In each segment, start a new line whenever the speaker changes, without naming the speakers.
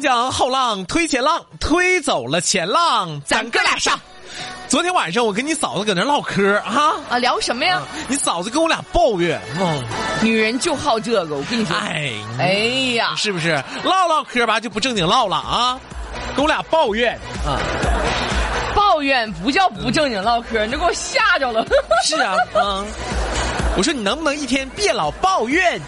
江后浪推前浪，推走了前浪，咱哥俩上。昨天晚上我跟你嫂子搁那唠嗑啊，
啊，聊什么呀？
你嫂子跟我俩抱怨，嗯，
女人就好这个，我跟你说。
哎，
哎呀，
是不是唠唠嗑吧就不正经唠了啊？跟我俩抱怨啊，
抱怨不叫不正经唠嗑，你这给我吓着了。
是啊，嗯，我说你能不能一天别老抱怨？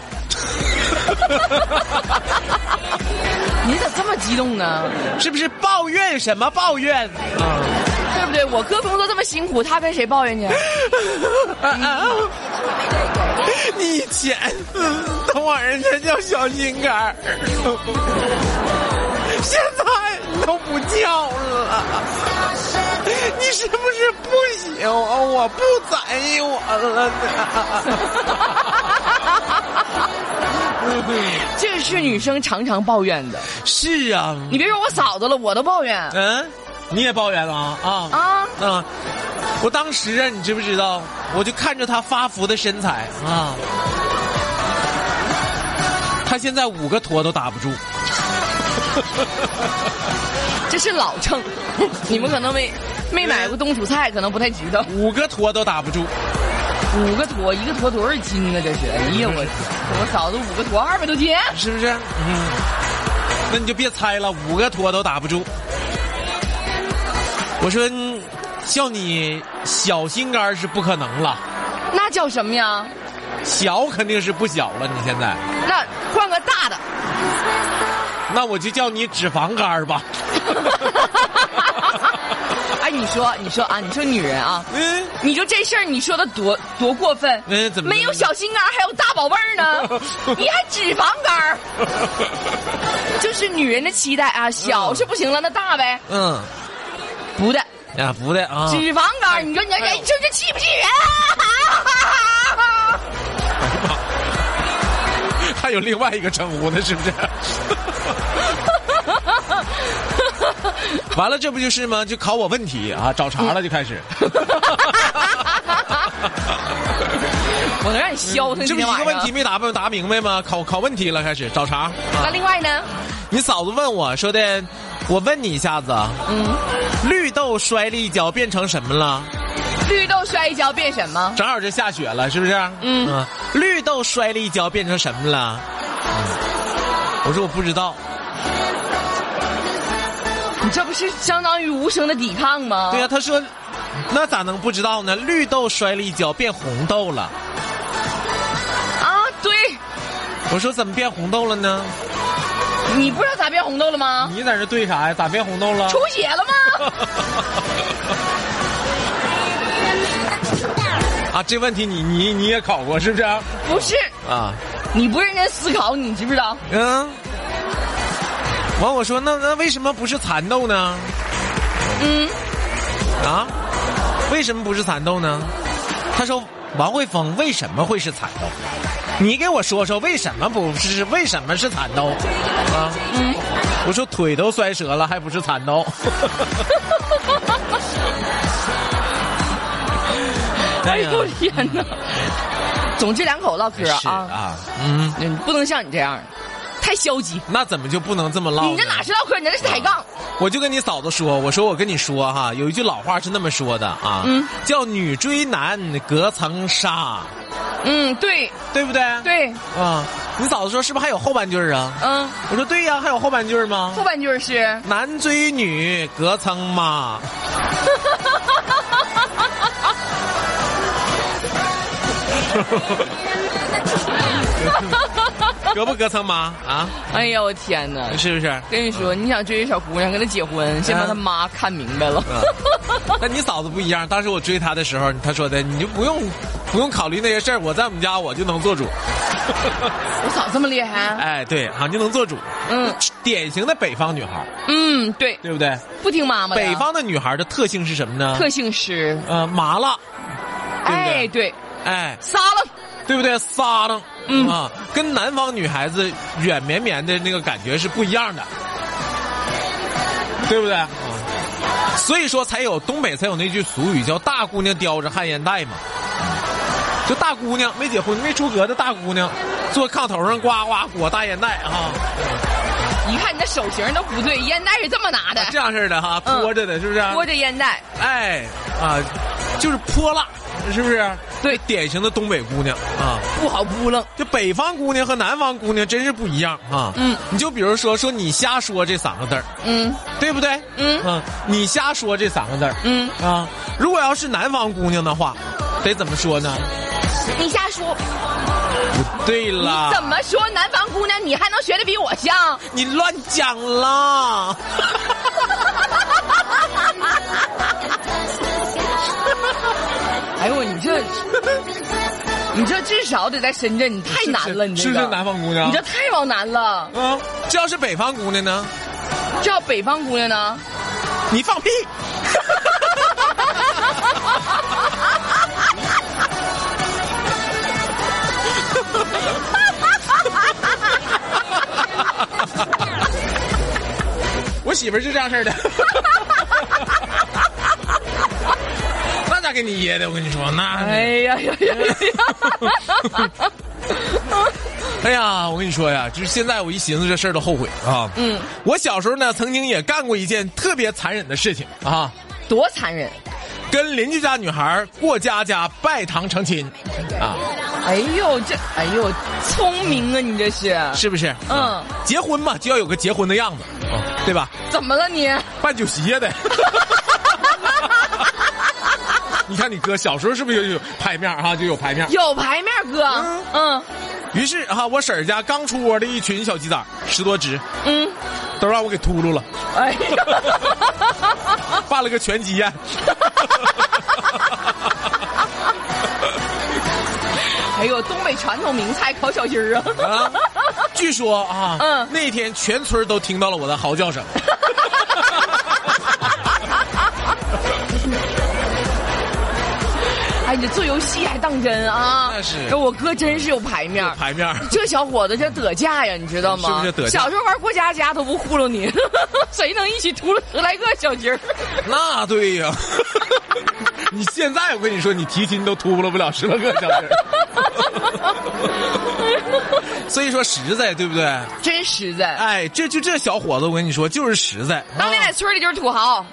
你咋这么激动啊呢？
是不是抱怨什么抱怨？
对不对？我哥工作这么辛苦，他跟谁抱 怨去？啊
你以前，等会儿人家叫小心肝儿，现在你都不叫了。你是不是不行啊？我不在意我了呢？
这是女生常常抱怨 的。
是啊，
你别说我嫂子了，我都抱怨
嗯，你也抱怨了啊？啊
啊！
啊！我当时啊，你知不知道？我就看着他发福的身材啊，他现在五个坨都打不住。
这是老 秤，你们可能没没买过冬储菜，可能不太知道。
五个坨都打不住，
五个坨，一个坨多少斤呢？这是，哎呀，我我嫂子五个坨二百多斤，
是不是？嗯，那你就别猜了，五个坨都打不住。我说，嗯叫你小心肝儿是不可能了，
那叫什么呀？
小肯定是不小了。你现在，
那换个大的。
那我就叫你脂肪肝儿吧。
哎，你说，你说啊，你说女人啊，
嗯，
你说这事儿你说的多多过分？
嗯怎么
没有小心肝儿，还有大宝贝儿 呢？你还脂肪肝儿？就是女人的期待啊，小是不行了，那大呗？
嗯，
不的，
呀，不对啊。
脂肪肝儿，你说你这
哎呦
这这气不气人啊？
还有另外一个称呼呢， 是不是？完了，这不就是吗？就考我问题啊，找茬了就开 始，
我能让你消停
嗯这
今
不一
天晚
个
上。
问题没答不答明白吗？考考问题了，开始找茬。
那另外呢？
你嫂子问我说的，我问你一下子，
嗯，
绿豆摔了一跤变成什么了？
绿豆摔一跤变什么？
正好这下雪了，是不是？
嗯
绿豆摔了一跤变成什么了？嗯我说我不知道。
你这不是相当于无声的抵抗吗？
对呀、他说，那咋能不知道呢？绿豆摔了一跤变红豆了。
啊，对，
我说怎么变红豆了呢？
你不知道咋变红豆了吗？
你在这对啥呀？咋变红豆了
出血了吗？
啊，这问题你你你也考过是不是？啊，
不是，你不认真思考，你知不知道？
嗯。完，我说那那为什么不是蚕豆呢？
嗯，
啊，为什么不是蚕豆呢？他说王慧峰为什么会是蚕豆？你给我说说为什么不是？为什么是蚕豆？啊，我说腿都摔折了还不是蚕 豆？哎
哎
呀
呦天哪！总之两口唠嗑
是
啊，
啊，嗯，
嗯，不能像你这样，太消极。
那怎么就不能这么唠呢？
你这哪是唠嗑，你这是抬杠。
我就跟你嫂子说，我说我跟你说哈，有一句老话是那么说的啊，
嗯
叫女追男隔层纱，
嗯，对
对不对？
对，
啊，你嫂子说是不是还有后半句儿啊？
嗯，
我说对呀、还有后半句儿吗
后？半句是
男追女隔层嘛， 隔不隔层嘛？啊，
哎呀，我天哪！
是不是？
跟你说，你想追一小姑娘，跟她结
嗯
婚，先把她妈看明白了。
啊但你嫂子不一样，当时我追她的时候，她说的你就不用不用考虑那些事儿，我在我们家我就能做主。
我嫂这么厉害？
嗯
啊
哎，对，好，你就能做主，
嗯
典型的北方女孩，
嗯，对，
对不对？
不听妈妈的。
北方的女孩的特性是什么呢？
特性是，
呃麻辣，嗯
哎，对，
哎，
撒了。
对不对？撒楞，
嗯
啊，跟南方女孩子软绵绵的那个感觉是不一样的，对不对？啊所以说才有东北才有那句俗语叫“大姑娘叼着旱烟袋”嘛，就大姑娘 没结婚没出阁的大姑娘，坐炕头上呱呱裹大烟袋啊，
一看你的手型都不对，烟袋是这么拿的，
啊这样啊式的哈，
嗯
拖着的，是不是？
拖着烟袋，
哎啊，就是泼辣，是不是？
对
典型的东北姑娘啊，
不好扑棱。
这北方姑娘和南方姑娘真是不一样啊。
嗯，
你就比如说说你瞎说这三个字儿，
嗯
对不对？
嗯
啊，你瞎说这三个字儿。
嗯，
啊，如果要是南方姑娘的话，得怎么说呢？
嗯你瞎说，
对
你
了，
怎么说南方姑娘，你还能学的比我像？
你乱讲啦！
哎呦，你 这，你这至少得在深圳，你太难了，你
是
这
不
个
是南方姑娘？
你这太往南了。
啊，这要是北方姑娘呢？
这要北方姑娘呢？
你放屁！我媳妇儿是这样式儿的，那咋给你噎的？我跟你说，那
哎呀呀呀呀呀！
哎呀，我跟你说呀，就是现在我一寻思这事儿都后悔啊。
嗯，
我小时候呢，曾经也干过一件特别残忍的事情啊，
多残忍！
跟邻居家女孩过家家拜堂成亲，啊，
哎呦，这哎呦，聪明啊，你这是
是不是？啊
嗯，
结婚嘛，就要有个结婚的样子，对吧？
怎么了你？
办酒席呀得。 你看你哥小时候是不是就有牌面哈、就有牌面？
有牌面哥，嗯
于是哈、我婶儿家刚出窝的一群小鸡仔，十多只，
嗯，
都让我给秃噜 了，
哎呀，
办了个全鸡宴。
哎呦，东北传统名菜烤小鸡儿啊！
啊，据说啊，
嗯
那天全村都听到了我的嚎叫声。
哎，你这做游戏还当真啊？
那是
哎我哥真是有牌面儿。
牌面儿
这小伙子这得架呀，你知道吗？
是不是得架
小时候玩过家家都不糊弄你， 谁能一起秃噜十来个小鸡儿？
那对呀，你现在我跟你说，你提亲都秃噜不了十来个小人儿。 所以说实在，对不对？
真实在。
哎，这就这小伙子，我跟你说，就是实在。啊
当年在村里就是土豪，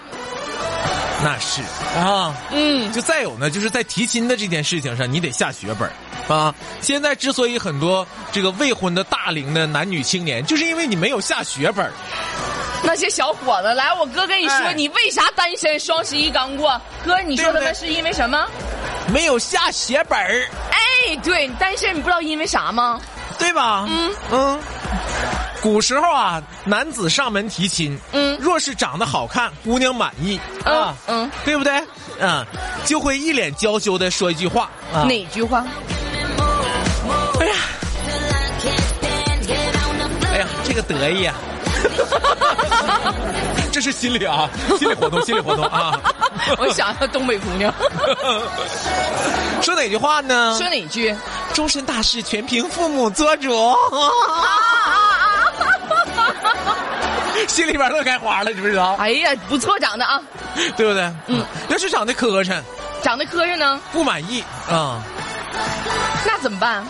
那是啊，
嗯，
就再有呢，就是在提亲的这件事情上，你得下血本儿啊。现在之所以很多这个未婚的大龄的男女青年，就是因为你没有下血本儿
那些小伙子，来，我哥跟你说，
哎
你为啥单身？双十一刚过，哥，你说他
对
们
不
是因为什么？
没有下血本儿，
哎，对你单身，你不知道因为啥吗？
对吧？
嗯
嗯。古时候啊，男子上门提亲，
嗯
若是长得好看，姑娘满意
嗯
啊，
嗯，
对不对？嗯，就会一脸娇羞的说一句话啊，
哪句话？
哎呀，哎呀，这个得意啊！ 这是心理啊，心理活动，心理活动啊。
我想要东北姑娘，
说哪句话呢？
说哪句？
终身大事全凭父母做主，
啊啊啊！
心里边乐开花了，知不知道？
哎呀，不错，长得啊，
对不对？嗯，要是长得磕碜，
长得磕碜呢，
不满意啊、
那怎么办？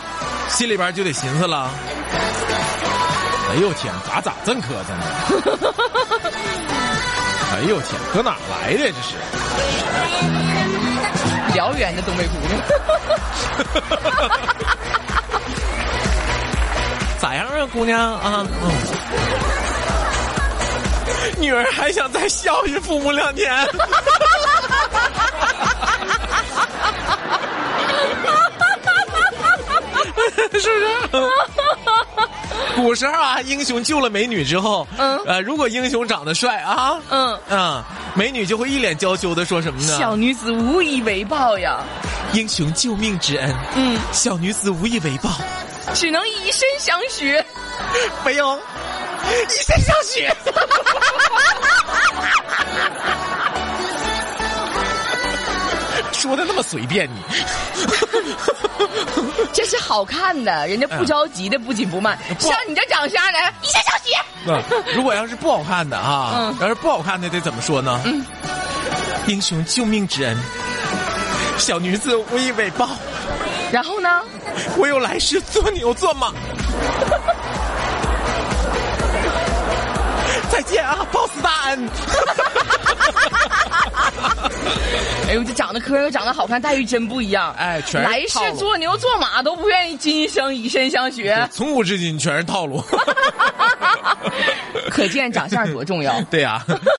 心里边就得寻思了。哎呦天，咋咋这么磕碜呢？哎呦天，搁哪儿来的这是？
辽源的东北姑 娘，
咋样啊，姑娘啊？嗯。女儿还想再教育父母两年。 是不是？古时候啊，英雄救了美女之后，
嗯
呃，如果英雄长得帅啊，
嗯
啊，美女就会一脸娇羞的说什么呢？
小女子无以为报呀，
英雄救命之恩，
嗯，
小女子无以为报。
只能以身相许。
没有，以身相许。说的那么随便你，
这是好看的，人家不着急的，不紧不慢。
嗯不
像你这长相的，一下小喜。
如果要是不好看的啊，
嗯
要是不好看的得怎么说呢？英雄救命之恩，小女子无以为报，
然后呢？
我有来世做牛做马。再见啊，boss 大恩。
哎呦，这长得磕碜又长得好看，待遇真不一样。
哎全是
来世
套路
做牛做马都不愿意今生以身相 许，
从古至今全是套路。
可见长相多重要。
对呀、